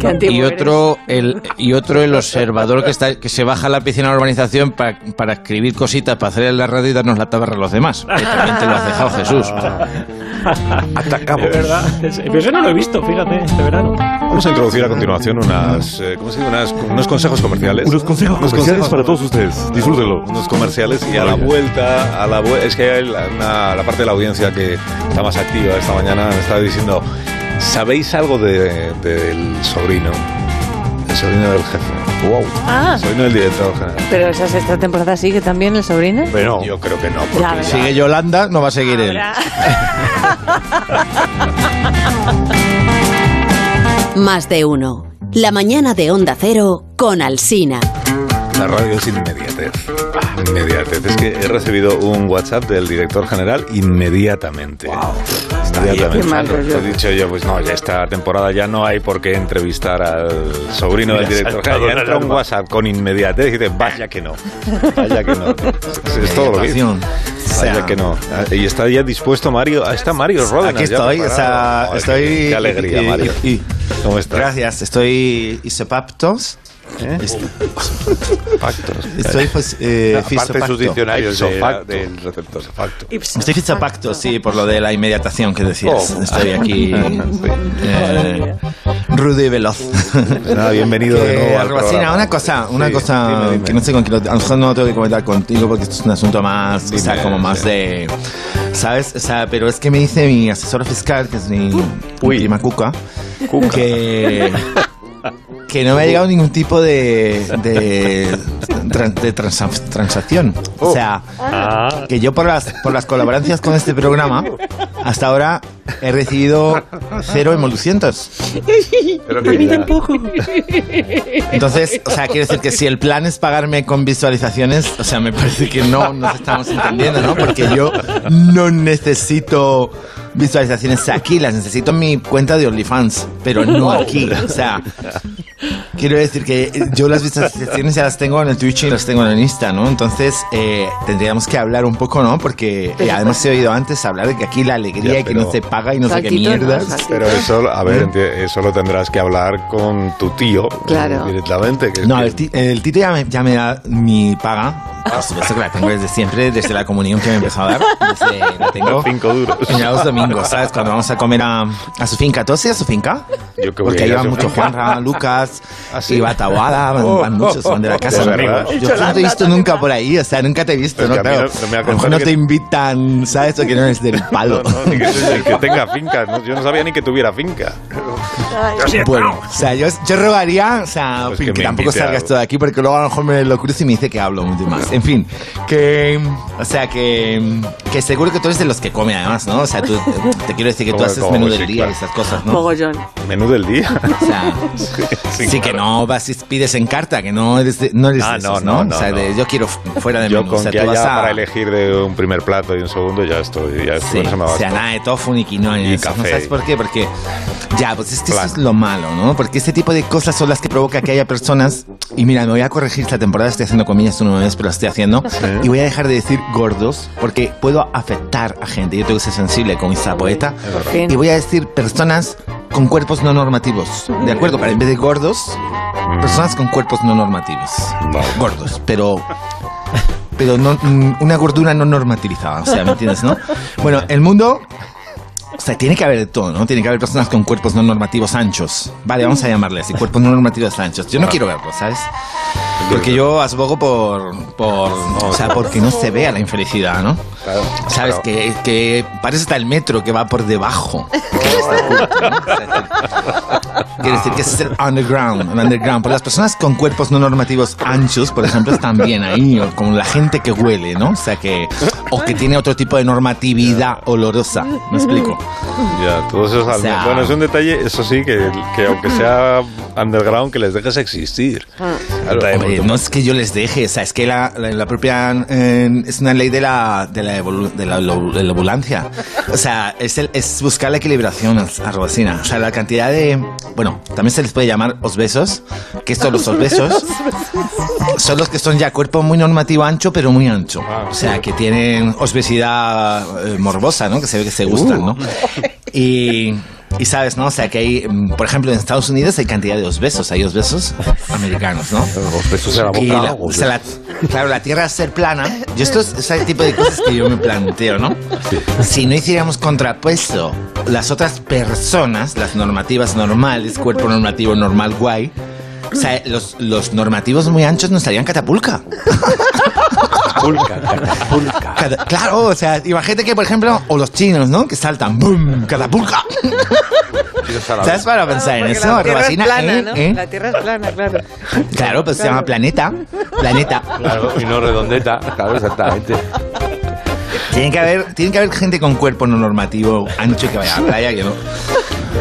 C: Qué antiguo
E: y
C: eres.
E: otro el y otro el observador que está que se baja a la piscina de la urbanización pa- para escribir cositas, para hacer en la radio y darnos la tabarra a los demás. Que también te lo has dejado Jesús.
B: atacamos
D: Es verdad. Es- Pero eso no lo he visto, fíjate, este verano.
A: Vamos a introducir a continuación unas, eh, ¿cómo se dice? Unas- unos consejos comerciales.
I: Unos consejos comerciales para todos ustedes. Disfrútenlo.
A: Unos comerciales y a la vuelta, a la vue- es que hay la, una- la parte de la audiencia que está más activa esta mañana me estaba diciendo, ¿sabéis algo de- del sobrino? El sobrino del jefe. Wow.
C: Ah,
A: El sobrino del director general.
C: pero esa sexta temporada sigue también el sobrino.
B: pero
A: Yo creo que no, porque
C: Ya, verás.
E: Sigue Yolanda, no va a seguir él.
J: Más de uno. La mañana de Onda Cero con Alsina.
A: La radio es inmediatez. Inmediatez. Es que he recibido un WhatsApp del director general inmediatamente. Inmediatamente.
C: Qué mal rollo.
A: He dicho yo, pues no, ya esta temporada ya no hay por qué entrevistar al sobrino del director
B: saltado la
A: general. Ya entra un
B: alarma.
A: WhatsApp con inmediatez y dice, vaya que no. Vaya que no. Es, es todo lo que dice.
E: Educación.
A: Vaya que no. Ah, Y está ya dispuesto Mario. ah, Está Mario Rodenas.
E: Aquí
A: ya
E: estoy, o sea,
A: preparado. Ay,
E: estoy.
A: Qué, qué alegría,
E: y-
A: Mario.
E: y-
A: ¿Cómo estás?
E: Gracias, estoy isopaptos.
A: ¿Eh? Pactos.
E: Estoy pues, eh,
B: aparte de sus
E: fisopacto.
B: diccionarios
A: Ipso
B: de-
A: facto.
B: del receptor facto
E: Estoy fisopacto, sí, por lo de la inmediatación que decías.
A: Oh.
E: Estoy aquí eh, rudo y veloz.
A: Nada, bienvenido de
E: Eh,
A: nuevo al
E: Rubacina,
A: programa.
E: una cosa, una
A: Sí,
E: cosa
A: dime, dime.
E: que no sé con quién, lo- a lo mejor no lo tengo que comentar contigo porque esto es un asunto más, o sea,
A: Dime,
E: como más
A: sí.
E: de, ¿sabes? O sea, pero es que me dice mi asesora fiscal, que es mi, mi prima Cuca, que que no me ha llegado ningún tipo de de, tran- de transa- transacción.
A: Oh.
E: O sea, que yo por las por las colaborancias con este programa hasta ahora he recibido cero emolucientos.
A: Pero
G: A
A: que
G: mí
A: ya-
G: tampoco.
E: Entonces, o sea, quiero decir que si el plan es pagarme con visualizaciones, o sea, me parece que no nos estamos entendiendo, ¿no? Porque yo no necesito visualizaciones aquí, las necesito en mi cuenta de OnlyFans, pero no aquí. O sea, quiero decir que yo las visualizaciones ya las tengo en el Twitch y las tengo en el Insta, ¿no? Entonces, eh, tendríamos que hablar un poco, ¿no? Porque eh,
C: pues
E: además he oído antes hablar de que aquí la alegría
A: Ya,
E: que
A: pero-
E: no se paga y no sé qué
C: Saltito, ¿no?
E: mierdas.
C: Saltito.
A: Pero eso, a ver, eh, enti- eso lo tendrás que hablar con tu tío
C: Claro.
A: eh, directamente. Que es
E: No,
A: que-
E: el, ti- el Tito ya me, ya me da mi paga.
A: Ah.
E: Por supuesto que la tengo desde siempre, desde la comunión que me empezó a dar. Desde, la tengo
A: Cinco duros.
E: en los domingos, ¿sabes? Cuando vamos a comer a, a su finca. ¿Tú has ido a su finca?
A: Yo que voy a
E: Porque ahí
A: ir a
E: va
A: su
E: mucho
A: finca.
E: Juanra, Lucas,
A: Ah, sí? Oh.
E: y Batahuada, van, van muchos, van de la casa.
A: ¿De
E: ¿no?
A: verdad?
E: Yo es que no te he visto nunca por ahí, o sea, nunca te he visto,
A: Es
E: ¿no?
A: que a mí
E: Claro,
A: no- no me ha
E: a lo mejor
A: contado
E: no
A: que-
E: te invitan, ¿sabes? O que no eres del palo.
A: No, ni que, ni que tenga finca. ¿no? Yo no sabía ni que tuviera finca.
E: Bueno, o sea, yo, yo rogaría, o sea,
A: Pues
E: en fin,
A: que
E: que,
A: me
E: tampoco
A: invite a
E: salgas
A: algo.
E: todo de aquí porque luego a lo mejor me lo cruzo y me dice que hablo mucho más. En fin, que, o sea, que, que seguro que tú eres de los que come además, ¿no? O sea, tú, te quiero decir que tú
A: Como-
E: haces
A: como
E: menú
A: sí,
E: del día
A: claro.
E: y esas cosas, ¿no? O
C: Mogollón.
A: Menú del día.
E: sea, sí, que no vas y pides en carta, que no eres de, no eres
A: Ah,
E: de
A: no,
E: esos,
A: no,
E: no,
A: no,
E: O sea,
A: no.
E: de, yo quiero fu- fuera de
A: Yo
E: menú, o
A: con
E: sea,
A: que
E: tú vas
A: haya
E: a...
A: para elegir de un primer plato y un segundo ya estoy. Ya
E: Sí,
A: con eso me
E: o
A: basta.
E: sea, nada de tofu ni quinoa ni
A: Y
E: eso, ¿no?
A: café.
E: ¿Sabes por qué? Porque ya, pues es que
A: Plan.
E: eso es lo malo, ¿no? Porque este tipo de cosas son las que provoca que haya personas y mira, me voy a corregir esta temporada, estoy haciendo comillas una vez, pero lo estoy haciendo y voy a dejar de decir gordos porque puedo afectar a gente. Yo tengo que ser sensible con esta poeta
C: Por fin.
E: y voy a decir personas con cuerpos no normativos, ¿de acuerdo? Para en vez de gordos, personas con cuerpos no normativos.
A: Vale.
E: Gordos, pero pero no, mm, una gordura no normativizada, o sea, ¿me entiendes, no? Bueno, el mundo, o sea, tiene que haber de todo, ¿no? Tiene que haber personas con cuerpos no normativos anchos. Vale, vamos a llamarle así, cuerpos no normativos anchos. Yo no quiero verlo, ¿sabes? Porque yo asbogo por, por, o sea, porque no se vea la infelicidad, ¿no?
A: Claro,
E: Sabes
A: claro.
E: que, que parece hasta el metro que va por debajo. Que está oculto, ¿no? O sea, que- Quiere decir que ese es el underground, el underground. Pero las personas con cuerpos no normativos anchos, por ejemplo, están bien ahí, o como la gente que huele, ¿no? O sea que, o que tiene otro tipo de normatividad olorosa. ¿Me explico?
A: Ya, todos esos
E: sea-
A: alma- Bueno, es un detalle, eso sí, que, que aunque sea underground, que les dejes existir. Claro,
E: Hombre, no es que yo les deje, o sea, es que la, la- la propia eh, es una ley de la de la, evolu- de la lo- de la abulancia. O sea, es, el- es buscar la equilibración a a Rosina. O sea, la cantidad de bueno, también se les puede llamar osbesos, que estos los osbesos son los que son ya cuerpo muy normativo ancho, pero muy ancho. O sea, que tienen osbesidad eh, morbosa, ¿no? Que se ve que se gustan, ¿no? Y, y sabes, ¿no? O sea, que hay, mm, por ejemplo, en Estados Unidos hay cantidad de osbesos, hay osbesos americanos, ¿no?
A: los besos en la boca.
E: Y la-
A: o
E: o sea, la- claro, la Tierra al ser plana, y esto es, es el tipo de cosas que yo me planteo, ¿no? Si no hiciéramos contrapuesto las otras personas, las normativas normales, cuerpo normativo normal guay, o sea, los, los normativos muy anchos nos estarían catapulca. Cata- claro, o sea, imagínate que, por ejemplo, o los chinos, ¿no? Que saltan, ¡boom! ¡Catapulca! ¿Sabes para pensar en
C: Porque
E: eso?
C: la tierra es
E: Rebasina,
C: plana,
E: ¿eh?
C: ¿no?
E: ¿eh?
C: La tierra es plana, claro.
E: Claro, pues se
C: Claro.
E: llama planeta. Planeta.
B: Claro, y no redondeta. Claro, exactamente.
E: Tiene que haber, tiene que haber gente con cuerpo no normativo ancho que vaya a la playa, que no.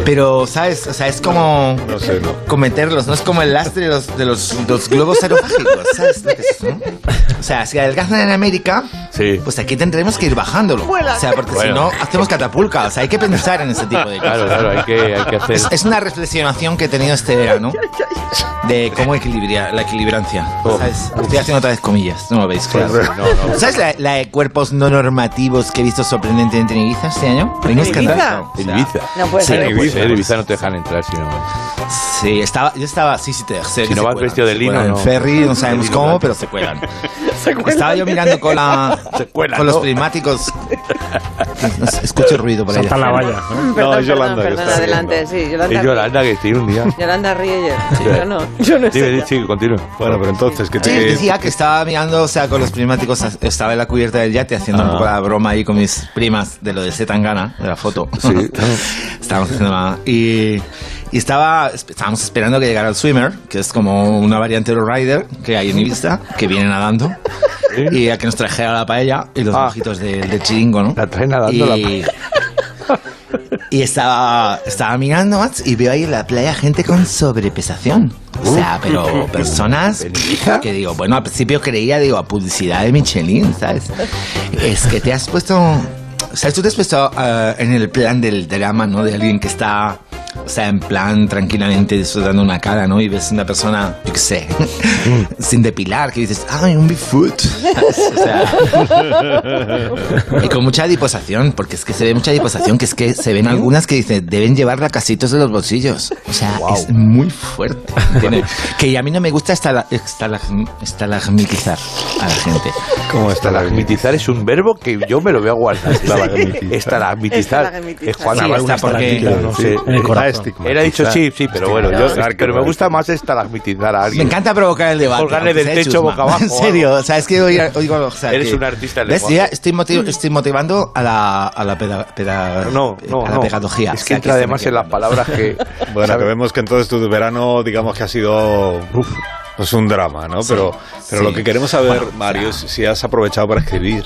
E: Pero, ¿sabes? O sea, es como
A: No sé, no.
E: cometerlos, no es como el lastre de los, de los, de los globos aerofágicos, ¿sabes? lo que es, no? O sea, si adelgazan en América,
B: Sí.
E: pues aquí tendremos que ir bajándolo. O sea, porque si no, hacemos catapulca. O sea, hay que pensar en ese tipo de cosas.
B: Claro, claro, hay que, hay que hacer.
E: Es, es una reflexionación que he tenido este verano de cómo equilibrar la equilibrancia.
A: Oh.
E: ¿sabes? Estoy haciendo otra vez comillas, no lo veis,
A: Pues,
E: claro. ¿Sabes la, la de cuerpos no normativos que he visto sorprendentemente en Ibiza este año? ¿En
C: Ibiza?
B: En Ibiza.
C: No puede
E: Sí,
C: ser.
B: En Ibiza, en
E: pues,
B: Ibiza no te dejan entrar, sino.
E: Sí, estaba, yo estaba, sí, sí, te sé
B: Si
E: que
B: no
E: se
B: vas
E: cuelan,
B: vestido de
E: se
B: lino,
E: cuelan
B: no.
E: En ferry, no sabemos
B: lino
E: cómo,
B: blanco.
E: pero se cuelan. Estaba yo mirando con la,
B: cuelan,
E: con los
B: ¿no?
E: primáticos. Escucho ruido por ahí.
D: Salta la valla. ¿no?
A: No, es Yolanda que
C: Perdón, perdón,
A: está
C: adelante, sí, Yolanda.
B: Es Yolanda que tiene un día.
C: Yolanda Rieger. Yo no, yo no
B: Dime,
C: sé.
B: di, chico, continúa.
A: Bueno, pero entonces, ¿qué
E: Sí,
A: te
E: decía que estaba mirando, o sea, con los prismáticos, estaba en la cubierta del yate haciendo un poco la broma ahí con mis primas de lo de Zetangana, de la foto.
B: Sí.
E: Estábamos haciendo la- y, y estaba, estábamos esperando que llegara el swimmer, que es como una variante de rider que hay en Ibiza, que viene nadando. Y a que nos trajera la paella y los
B: Ah.
E: mojitos de, de chiringo, ¿no?
B: La trae nadando la paella.
E: Y estaba, estaba mirando más y veo ahí en la playa gente con sobrepesación.
B: Uh.
E: O sea, pero personas que digo, bueno, al principio creía, digo, a publicidad de Michelin, ¿sabes? Es que te has puesto. ¿Sabes? Tú te has puesto eh, en el plan del drama, ¿no? De alguien que está, o sea, en plan tranquilamente disfrutando una cara, ¿no? Y ves una persona, yo qué sé,
B: Mm.
E: sin depilar, que dices, ¡ay, un Bigfoot! O sea, y con mucha disposición, porque es que se ve mucha disposición, que es que se ven algunas que dicen, deben llevarla casitos de los bolsillos. O sea, es muy fuerte. Tiene- que a mí no me gusta estala- estalag- estalagmitizar a la gente.
A: ¿Cómo está la
B: Estalagmitizar es un verbo que yo me lo voy a guardar. Estalagmitizar.
C: Estalagmitizar.
B: Es cuando
E: Sí,
B: habrá
E: está
B: una
E: porque-
B: estalactita,
D: ¿no?
B: sí.
D: En el corazón.
B: Era este, dicho sí, sí, pero bueno, yo,
A: Estigmatizar,
B: pero me
A: claro.
B: gusta más estalagmitizar a
E: Me
B: alguien.
E: encanta provocar el debate.
B: Colgarle del
E: José
B: techo
E: Chusma.
B: boca abajo
E: En serio, o sea, es que oigo, oigo, o sea,
B: Eres
E: que-
B: un artista del
E: ¿Ves?
B: lenguaje.
E: Ya estoy, motiv- estoy motivando a la, a la peda- peda- eh,
B: No, no,
E: a la
B: no.
E: pedagogía.
B: Es que entra además en las palabras que.
A: Bueno,
B: ¿sabes?
A: que vemos que entonces tu verano, digamos que ha sido uf, pues un drama, ¿no? pero pero
E: sí.
A: lo que queremos saber, Mario, es si has aprovechado para escribir.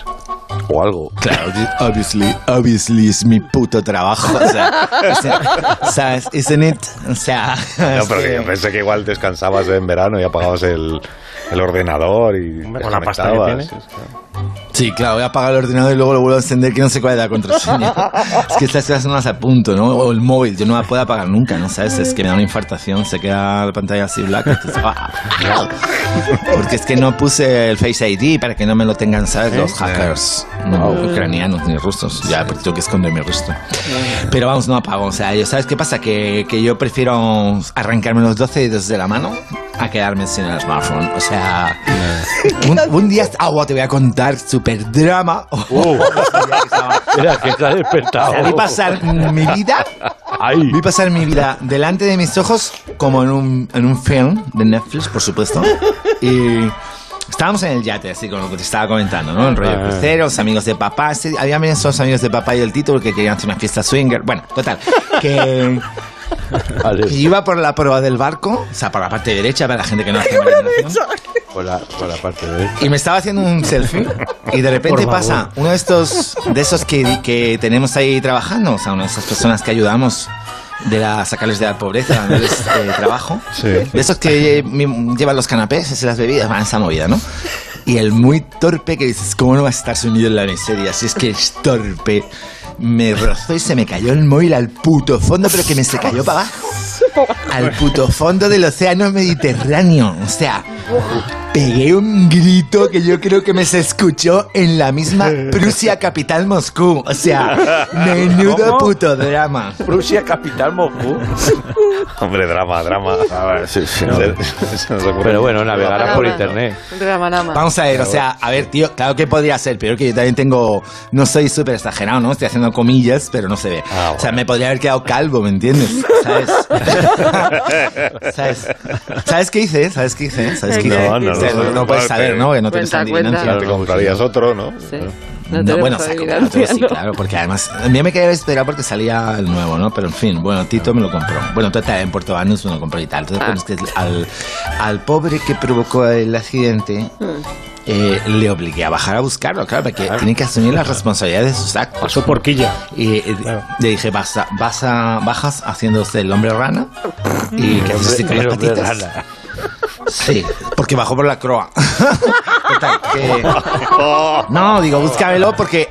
B: O algo.
E: Claro, di- obviously, obviously es mi puto trabajo. O sea, o sea, ¿sabes? Isn't it? O sea, este,
A: No,
E: es
A: pero que
E: que-
A: yo pensé que igual descansabas en verano y apagabas el, el ordenador y
D: Hombre, con la pasta que
A: desconectabas.
D: tienes.
E: Sí, claro, voy a apagar el ordenador y luego lo vuelvo a encender que no sé cuál es la contraseña. es que estas cosas no las apunto, ¿no? O el móvil, yo no la puedo apagar nunca, ¿no? ¿Sabes? Es que me da una infartación, se queda la pantalla así blanca. entonces, ¡ah! Porque es que no puse el Face ID para que no me lo tengan, ¿sabes? Los hackers, no ucranianos ni rusos. Ya, porque tengo que esconder mi rostro. Pero vamos, no apago. O sea, yo- ¿sabes qué pasa? Que, que yo prefiero arrancarme los 12 dedos de la mano a quedarme sin el smartphone. O sea, un, un día. Ah, guau, te voy a contar super drama.
B: Mira, que está
E: O sea,
B: despertado.
E: vi pasar mi vida.
B: Ay.
E: Vi pasar mi vida delante de mis ojos como en un, en un film de Netflix, por supuesto. Y estábamos en el yate, así como te estaba comentando, ¿no? En rollo cruceros, amigos de papá. sí, había venido esos amigos de papá y el título que querían hacer una fiesta swinger. Bueno, total. Que.
B: Vale.
E: que iba por la proa del barco, o sea, por la parte derecha, para la gente que no hace primera generación,
B: Por la, por la parte de.
E: y me estaba haciendo un selfie y de repente pasa uno de estos de esos que, que tenemos ahí trabajando, o sea, una de esas personas que ayudamos de la, sacarles de la pobreza, dándoles eh, trabajo,
A: Sí.
E: de esos que eh, mi- llevan los canapés y las bebidas, van esa movida, ¿no? Y el muy torpe que dices, ¿cómo no va a estar sumido en la miseria? Si es que es torpe. Me rozó y se me cayó el móvil al puto fondo, pero que me se cayó para abajo. Al puto fondo del océano Mediterráneo. O sea, pegué un grito que yo creo que me se escuchó en la misma Prusia capital Moscú. O sea, menudo puto drama.
B: Prusia, capital Moscú.
A: Hombre, drama, drama.
B: sí, sí.
A: Se- se nos ocurre. Ah,
B: Pero bueno, navegarás por
C: Drama.
B: internet.
C: Drama, drama.
E: Vamos a ver, o sea, a ver, tío, claro que podría ser, pero que yo también tengo, no soy súper exagerado, ¿no? Estoy haciendo comillas, pero no se ve.
A: Ah,
E: O sea, me podría haber quedado calvo, ¿me entiendes? ¿Sabes? ¿Sabes? ¿Sabes qué hice? ¿Sabes qué hice? ¿Sabes qué hice?
A: No, no,
E: O sea,
A: no, no,
E: puedes
A: no,
E: saber,
A: no,
E: ¿no? Que no tienes
C: cuenta,
E: adivinanza.
A: Claro, te comprarías otro, ¿no?
C: Sí.
E: No,
C: No tenemos
E: bueno, o sea, comprarlo todo, sí, claro, porque además a mí me quedé esperar porque salía el nuevo, ¿no? Pero en fin, bueno, Tito me lo compró. Bueno, total, en Puerto Banús me lo compró y tal. Entonces,
C: Ah.
E: pues, es que al, al pobre que provocó el accidente,
C: Mm.
E: eh, le obligué a bajar a buscarlo, claro, porque tiene que asumir la responsabilidad de sus actos.
D: Pasó por quilla.
E: Y eh,
D: Claro.
E: le dije, vas a, vas a- bajas haciéndose el hombre rana y que haces así con las
B: El hombre
E: patitas.
B: rana.
E: Sí, porque bajó por la croa. Total, que- No, digo, búscamelo porque...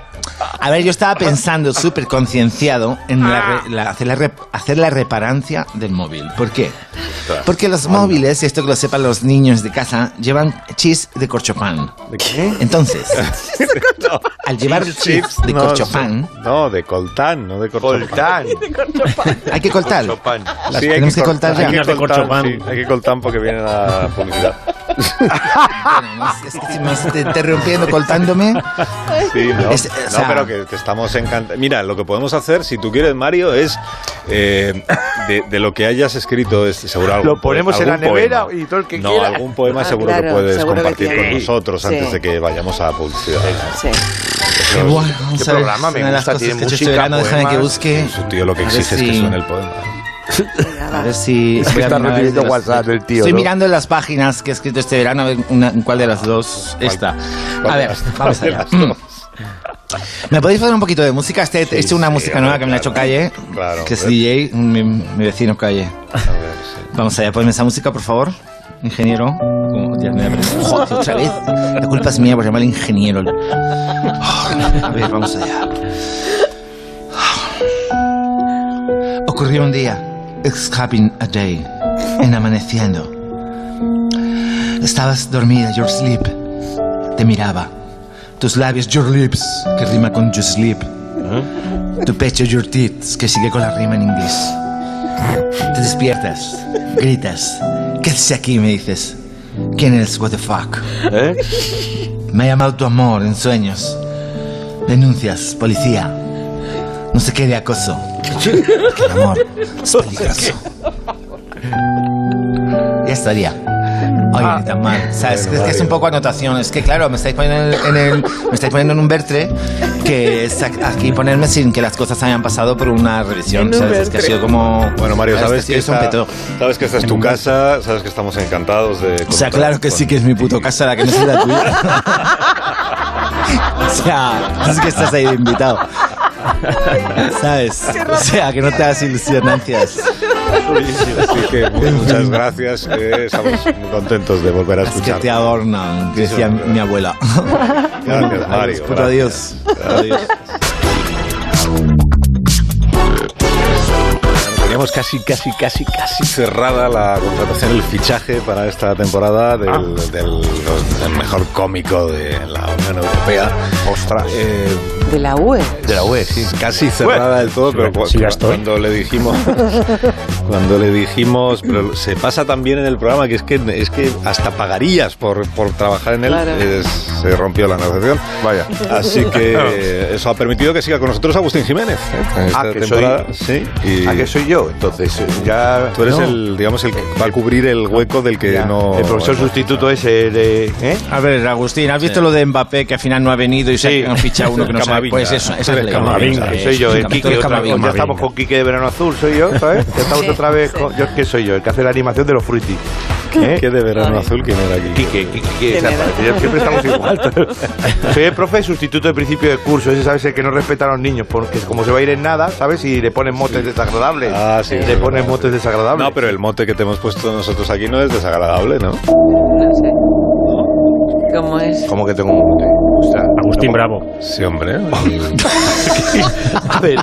E: A ver, yo estaba pensando súper concienciado en la re- la- hacer, la rep- hacer la reparancia del móvil. ¿Por qué? Porque los móviles, y esto que lo sepan los niños de casa, llevan chips de corchopán.
A: ¿Qué?
E: Entonces, al llevar chips de corchopán,
A: No, de coltán, no de corchopán.
B: Coltán.
E: hay que cortar.
B: Chopin.
E: Las
A: Sí, hay
E: tenemos que
A: cort-
E: cortar ya.
A: Hay que
D: Líneas de
A: coltán,
D: corchopán.
A: sí, hay que coltán porque viene la publicidad.
E: Bueno, más- es que si me estás interrumpiendo, cortándome.
A: Sí, no,
E: Es- o
A: No,
E: sea-
A: pero que, que estamos encantados. Mira, lo que podemos hacer, si tú quieres, Mario, es eh, de, de lo que hayas escrito, es seguro algún
B: Lo ponemos en la
A: algún
B: nevera
A: poema.
B: y todo el que
A: No,
B: quiera.
A: algún poema
C: Ah,
A: seguro que
C: claro,
A: puedes
C: seguro que
A: compartir
C: tiene.
A: con nosotros
C: Sí.
A: antes de que vayamos a la publicidad.
C: Sí.
E: Qué bueno, vamos
B: Este
E: a ver,
B: programa me
E: una de las
B: gusta,
E: cosas
B: tiene
E: que he hecho este
B: música,
E: verano, déjame que
B: poemas.
E: busque.
A: Su tío lo que
E: A ver
A: exige es que
E: si-
A: suene el poema.
C: Venga,
E: A
C: va.
E: ver si.
B: Es que
E: voy a
B: está
E: mirar
B: recibiendo
E: de las-
B: WhatsApp del tío,
E: Estoy
B: ¿no?
E: mirando las páginas que he escrito este verano, a ver una- cuál de las dos está.
A: ¿Cuál
E: A
A: de
E: ver,
A: las-
E: vamos
A: cuál de
E: allá.
A: las dos?
E: ¿Me podéis poner un poquito de música? Este, he hecho una
A: sí,
E: música
A: hombre,
E: nueva que me la ha hecho
A: claro.
E: Calle,
A: Claro,
E: que es
A: hombre.
E: DJ, mi, mi vecino Calle.
A: A ver, sí.
E: Vamos allá, ponme esa música, por favor. Ingeniero. Como ya me aparece. Joder, otra vez. La culpa es mía por llamar al ingeniero. Oh, a ver, vamos allá. Ocurrió un día. It's happened a day. En amaneciendo. Estabas dormida, your sleep. Te miraba. Tus labios, your lips, que rima con your sleep. Tu pecho, your teeth, que sigue con la rima en inglés. Te despiertas, gritas. ¿Qué haces aquí? Me dices. ¿Quién eres? What the fuck?
B: ¿Eh?
E: Me ha llamado tu amor en sueños. Denuncias, policía. No sé qué de acoso. Que el amor es peligroso. Ya estaría. Oye, ni tan mal. O sea, es, es que es un poco anotación. Es que, claro, me estáis poniendo en, el- en el- me estáis poniendo en un vertre que es a- aquí ponerme sin que las cosas hayan pasado por una revisión.
C: En un
E: ¿sabes? Es que ha
C: vertre.
E: sido como.
A: Bueno, Mario,
E: Claro,
A: sabes
E: es que
A: que,
E: sí, es un
A: esta,
E: petó.
A: sabes que esta es tu casa, sabes que estamos encantados de...
E: O sea, claro que sí que es mi puto casa, la que no es la tuya. o sea, es que estás ahí de invitado. ¿Sabes? O sea, que no te hagas ilusionancias.
A: Así que mu- muchas gracias, eh, estamos muy contentos de volver a
E: Es que
A: escuchar.
E: te adornan, que decía mi abuela.
A: Gracias, Mario.
E: Adiós, puto adiós. Adiós.
A: Teníamos casi, casi, casi, casi cerrada la contratación, el fichaje para esta temporada del, del- los- del mejor cómico de la Unión Europea.
B: Ostras.
A: Eh,
C: De la E. UE.
A: de la UE, sí. Casi cerrada del todo, pero cu-
D: sí, ya estoy.
A: cuando le dijimos, cuando le dijimos, pero se pasa también en el programa que es que es que hasta pagarías por, por trabajar en él,
C: Claro.
A: eh, se rompió la negociación.
B: Vaya.
A: Así que eh, eso ha permitido que siga con nosotros Agustín Jiménez. eh, en
B: Ah,
A: esta
B: que
A: temporada, sí. y-
B: ¿A qué soy yo? Entonces, eh, ya.
A: Tú eres
B: No.
A: el, digamos, el que va a cubrir el hueco del que
B: Ya.
A: no.
B: El profesor sustituto es el. eh, ¿eh?
E: A ver, Agustín, ¿has visto lo de Mbappé que al final no ha venido y
B: Sí.
E: se ha fichado uno que no sabe?
A: Camavinga.
E: Pues eso, esa es la
D: Camavinga.
E: idea.
B: Que soy yo, el Quique. otra vez.
E: Camavinga.
B: ya estamos con Quique de Verano Azul, soy yo, ¿sabes? Ya estamos
C: Sí,
B: otra vez
C: sí.
B: con. Yo, ¿Qué soy yo? El que hace la animación de los fruity. ¿Eh?
A: ¿Qué de verano azul quién era aquí?
B: Quique, Quique, Quique,
C: Tiene
B: exacto. Yo- Siempre estamos igual. Soy el profe sustituto de principio de curso, ese sabes el que no respeta a los niños, porque como se va a ir en nada, ¿sabes? Y le ponen motes desagradables.
A: Ah, sí,
B: Le
A: es
B: ponen
A: verdad.
B: motes desagradables.
A: No, pero el mote que te hemos puesto nosotros aquí no es desagradable, ¿no?
C: No sé. ¿Cómo es?
B: ¿Cómo que tengo un mote? O sea,
D: Agustín
B: ¿cómo?
D: Bravo.
A: Sí, hombre.
B: A ver,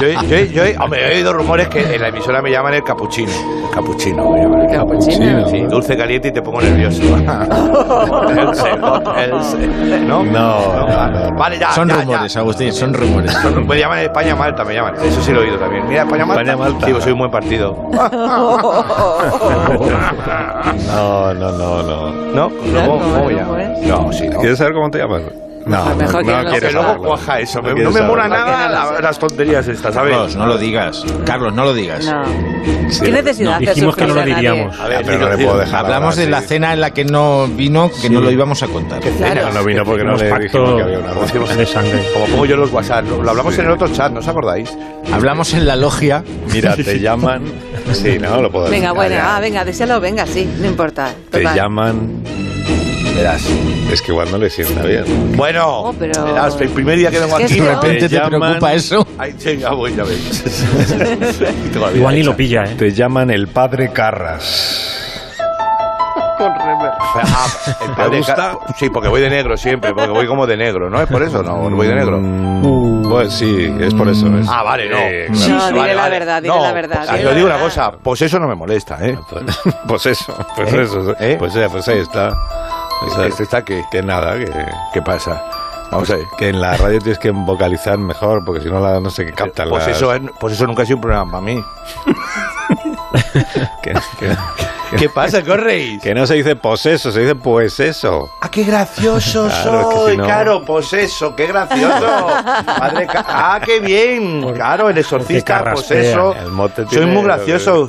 B: yo, yo- yo- yo- hombre, he oído rumores que en la emisora me llaman el capuchino. El capuchino, me llaman el
C: Capuchino.
B: Sí, dulce caliente y te pongo nervioso. El seco, el se- ¿No?
A: No, no, no.
B: Vale, ya.
E: Son
B: ya, ya.
E: rumores, Agustín, son rumores.
B: Son- Me llaman España Malta, me llaman. Eso sí lo he oído también. Mira, España Malta.
A: España Malta.
B: Digo, soy un buen partido.
A: No, no, no, no.
B: ¿No?
C: Mira,
B: Luego,
C: ¿cómo
B: luego
C: es?
B: ya.
C: ¿Cómo es?
B: No, eh. sí, no.
A: ¿Quieres saber cómo te llamas? No,
C: mejor que no
A: no,
C: lo
A: quieres
B: Que
C: sepa.
B: luego
A: saberlo.
B: cuaja eso.
A: No
B: me- No,
A: quieres
B: me mola
A: saberlo.
B: nada
C: No, no,
B: la- las tonterías estas, ¿sabes?
E: Carlos, no lo digas. Carlos, no lo digas.
C: No. ¿Qué necesidad de
D: Dijimos que no lo
C: sufrir a nadie?
D: diríamos.
A: A ver, Ah, pero no le puedo dejar.
E: Hablamos de
A: hablar,
E: la
A: sí.
E: cena en la que no vino, que no lo íbamos a contar.
A: No, no vino porque no
D: Los
A: le dijimos que había una voz.
D: pactos de sangre.
B: Como pongo yo en los WhatsApp, lo, lo hablamos en el otro chat, ¿no os acordáis?
E: Hablamos en la logia.
A: Mira, te llaman. Sí, no, lo puedo
C: Venga,
A: decir.
C: bueno,
A: Ya,
C: ah, venga, désealo, venga, sí, no importa.
A: ya. Te
C: Total.
A: llaman.
B: Verás.
A: Es que igual no le sienta bien.
B: Bueno,
C: No, Oh, pero-
B: verás, el primer día que
C: Es
B: vengo
C: que
B: aquí.
C: es
E: De
C: No.
E: repente
A: Te
E: te
A: llaman-
E: preocupa eso.
B: Ay, sí, ya voy, ya veis.
D: Igual ni lo pilla, ¿eh?
A: Te llaman el padre Carras.
B: Ah, el padre
A: gusta?
B: Ca- Sí, porque voy de negro siempre, porque voy como de negro, ¿no? Es por eso, no, no voy de negro.
A: Mm, Pues sí, es por eso. es-
B: Ah, vale, no.
A: Eh,
C: Sí,
A: claro.
C: No, dile la verdad, dile la verdad,
B: pues,
C: dile
B: yo
C: la
B: digo una
C: verdad.
B: cosa, pues eso no me molesta, ¿eh?
A: Pues, pues eso, pues
B: ¿Eh?
A: eso.
B: ¿Eh?
A: Pues, ya, pues ahí está. O sea,
B: Este está que,
A: que nada, que,
B: ¿qué pasa? Vamos a ver.
A: que en la radio tienes que vocalizar mejor, porque si no, la, no sé qué captan
B: Pues
A: las-
B: eso, es- pues eso nunca ha sido un problema para mí.
A: Que, que-
B: ¿Qué pasa? ¿Qué os reís?
A: que no se dice pues eso, se dice pues eso.
B: ¡Ah, qué gracioso
A: Claro, que
B: soy!
A: si no-
B: Claro, pues eso, qué gracioso. Padre Ca- ¡Ah, qué bien! Claro, el exorcista,
D: Porque
B: pues
D: carraspea.
B: eso.
A: El mote
B: Soy
A: tiene
B: muy
A: lo
B: gracioso.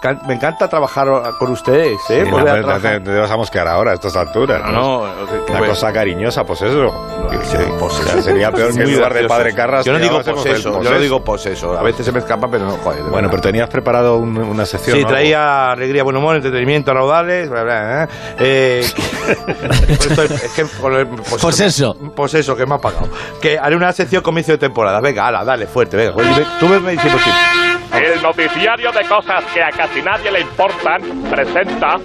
B: Can- Me encanta trabajar con ustedes, ¿eh?
A: Sí,
B: Volver
A: no,
B: a
A: te- te,
B: trabajar.
A: te vas a mosquear ahora a estas alturas.
B: No,
A: Una
B: pues-
A: cosa cariñosa, pues eso.
B: Pues
A: Sí,
B: eso.
A: o sea, sería peor que en
B: Muy
A: lugar de
B: gracioso.
A: padre Carras.
B: Yo no
A: te
B: digo
A: llamásemos el
B: poseso, yo
A: poseso.
B: no digo poseso. A veces se me escapa, pero no, joder. de
A: Bueno,
B: verdad.
A: pero tenías preparado un- una sección.
B: Sí,
A: ¿no?
B: traía alegría, buen humor, entretenimiento, raudales, bla, bla, bla. Eh, por esto, es que con el- pues,
E: Pues eso.
B: Pues eso, que me ha pagado. Que haré una sección comienzo de temporada. Venga, ala, dale, fuerte, venga. Pues, ve- tú me diciendo sí.
H: El noticiario de cosas que a casi nadie le importan presenta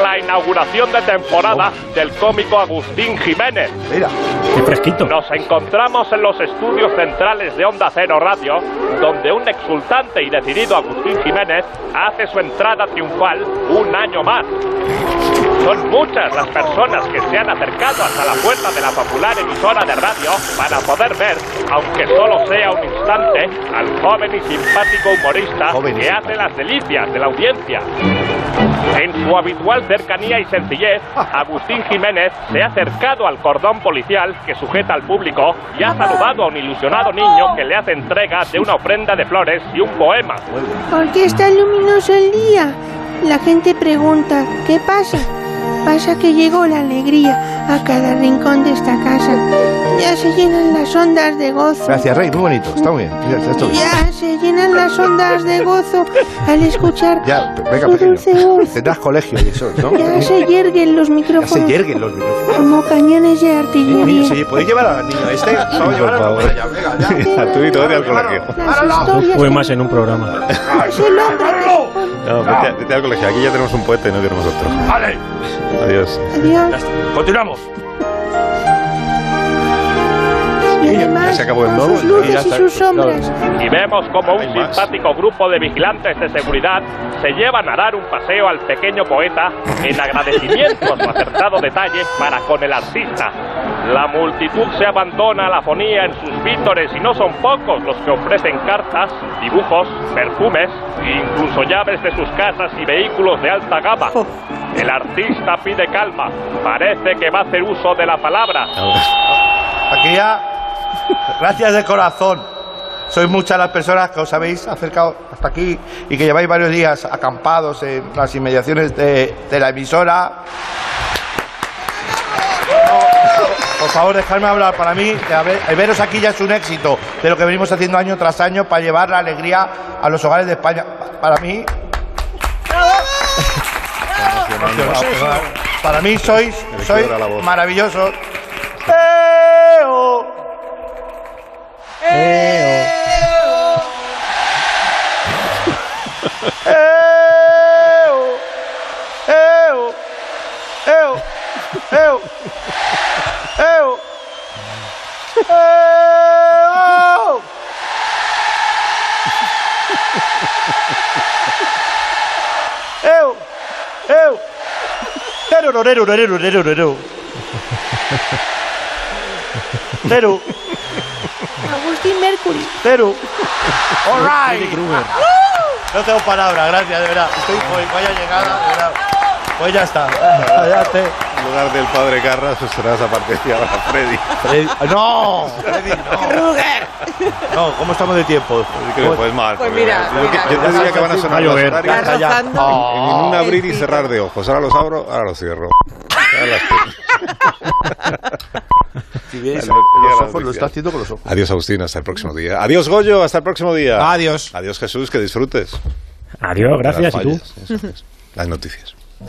H: la inauguración de temporada del cómico Agustín Jiménez.
B: Mira,
D: Qué fresquito.
H: Nos encontramos en los estudios centrales de Onda Cero Radio, donde un exultante y decidido Agustín Jiménez hace su entrada triunfal un año más. Son muchas las personas que se han acercado hasta la puerta de la popular emisora de radio para poder ver, aunque solo sea un instante, al joven y simpático humorista
B: Joven y
H: que hace las delicias de la audiencia. En su habitual cercanía y sencillez, Agustín Jiménez se ha acercado al cordón policial que sujeta al público y ha saludado a un ilusionado niño que le hace entrega de una ofrenda de flores y un poema.
K: ¿Por qué está luminoso el día? La gente pregunta, ¿qué pasa? Pasa que llegó la alegría a cada rincón de esta casa. Ya se llenan las ondas de gozo.
B: Gracias, Rey, muy bonito, está muy bien. Mira, ya estoy bien.
K: Ya se llenan las ondas de gozo al escuchar
B: Ya, pe- venga,
K: su dulce
B: pequeño.
K: voz.
B: Tendrás colegio y eso, ¿no?
K: Ya se yerguen los
B: Ya se
K: micrófonos
B: yerguen los micrófonos.
K: como cañones de
B: Niño,
K: artillería.
B: sí, ¿podéis llevar al niño este? Vamos a llevar al niño allá, venga, ya.
A: Gratuito, vete al colegio.
K: Las
D: Dos
K: historias
D: poemas en un programa.
K: es el hombre que
A: No, vete, vete al colegio. Aquí ya tenemos un poeta y no tenemos otro.
I: Vale,
A: Adiós.
K: Adiós.
I: continuamos.
K: Y
A: ya
K: además,
A: se acabó el
K: con sus
A: nodo, ya
K: luces y
A: está.
K: sus sombras.
H: Y vemos como un simpático grupo de vigilantes de seguridad se llevan a dar un paseo al pequeño poeta en agradecimiento a su acertado detalle para con el artista. La multitud se abandona a la fonía en sus vítores y no son pocos los que ofrecen cartas, dibujos, perfumes e incluso llaves de sus casas y vehículos de alta gama. El artista pide calma, parece que va a hacer uso de la palabra.
B: Aquí ya, gracias de corazón. Sois muchas las personas que os habéis acercado hasta aquí y que lleváis varios días acampados en las inmediaciones de, de la emisora. No, Por favor, dejadme hablar. Para mí, que a ver- el veros aquí ya es un éxito de lo que venimos haciendo año tras año para llevar la alegría a los hogares de España. Pa- Para mí, para mí sois,
A: le
B: sois
A: quiebra la voz.
B: maravillosos. ¡Eo! ¡Eo! ¡Eo! ¡Eo! ¡Eo! ¡Eo! ¡Eo! ¡Eo! ¡Eo! Pero, no, pero, no, pero, no, pero, no. Pero,
K: Agustín Mercury.
B: pero. All right. No tengo palabras, gracias, de verdad. Estoy voy, vaya llegada, de verdad. Pues ya está. Adelante.
A: En lugar del padre Garras, pues serás a partir de ahora Freddy.
B: Freddy- ¡No! Freddy, no. No, ¿cómo estamos de tiempo?
A: Así que, pues mal.
C: Pues mira,
A: yo,
C: mira,
A: yo te diría que van a sonar
D: Va a
A: los
D: llover.
A: horarios
C: Está rozando.
K: Oh,
A: en un abrir y cerrar de ojos. Ahora los abro, ahora los cierro. Ahora las cierro.
B: Si veis,
A: Vale,
B: los
A: ya
B: ojos lo
A: gracias.
B: está haciendo con los ojos.
A: Adiós, Agustín, hasta el próximo día. Adiós, Goyo, hasta el próximo día.
E: Adiós.
A: Adiós, Jesús, que disfrutes.
D: Adiós,
A: Las
D: gracias. ¿Y tú?
A: fallas, eso es. Las noticias.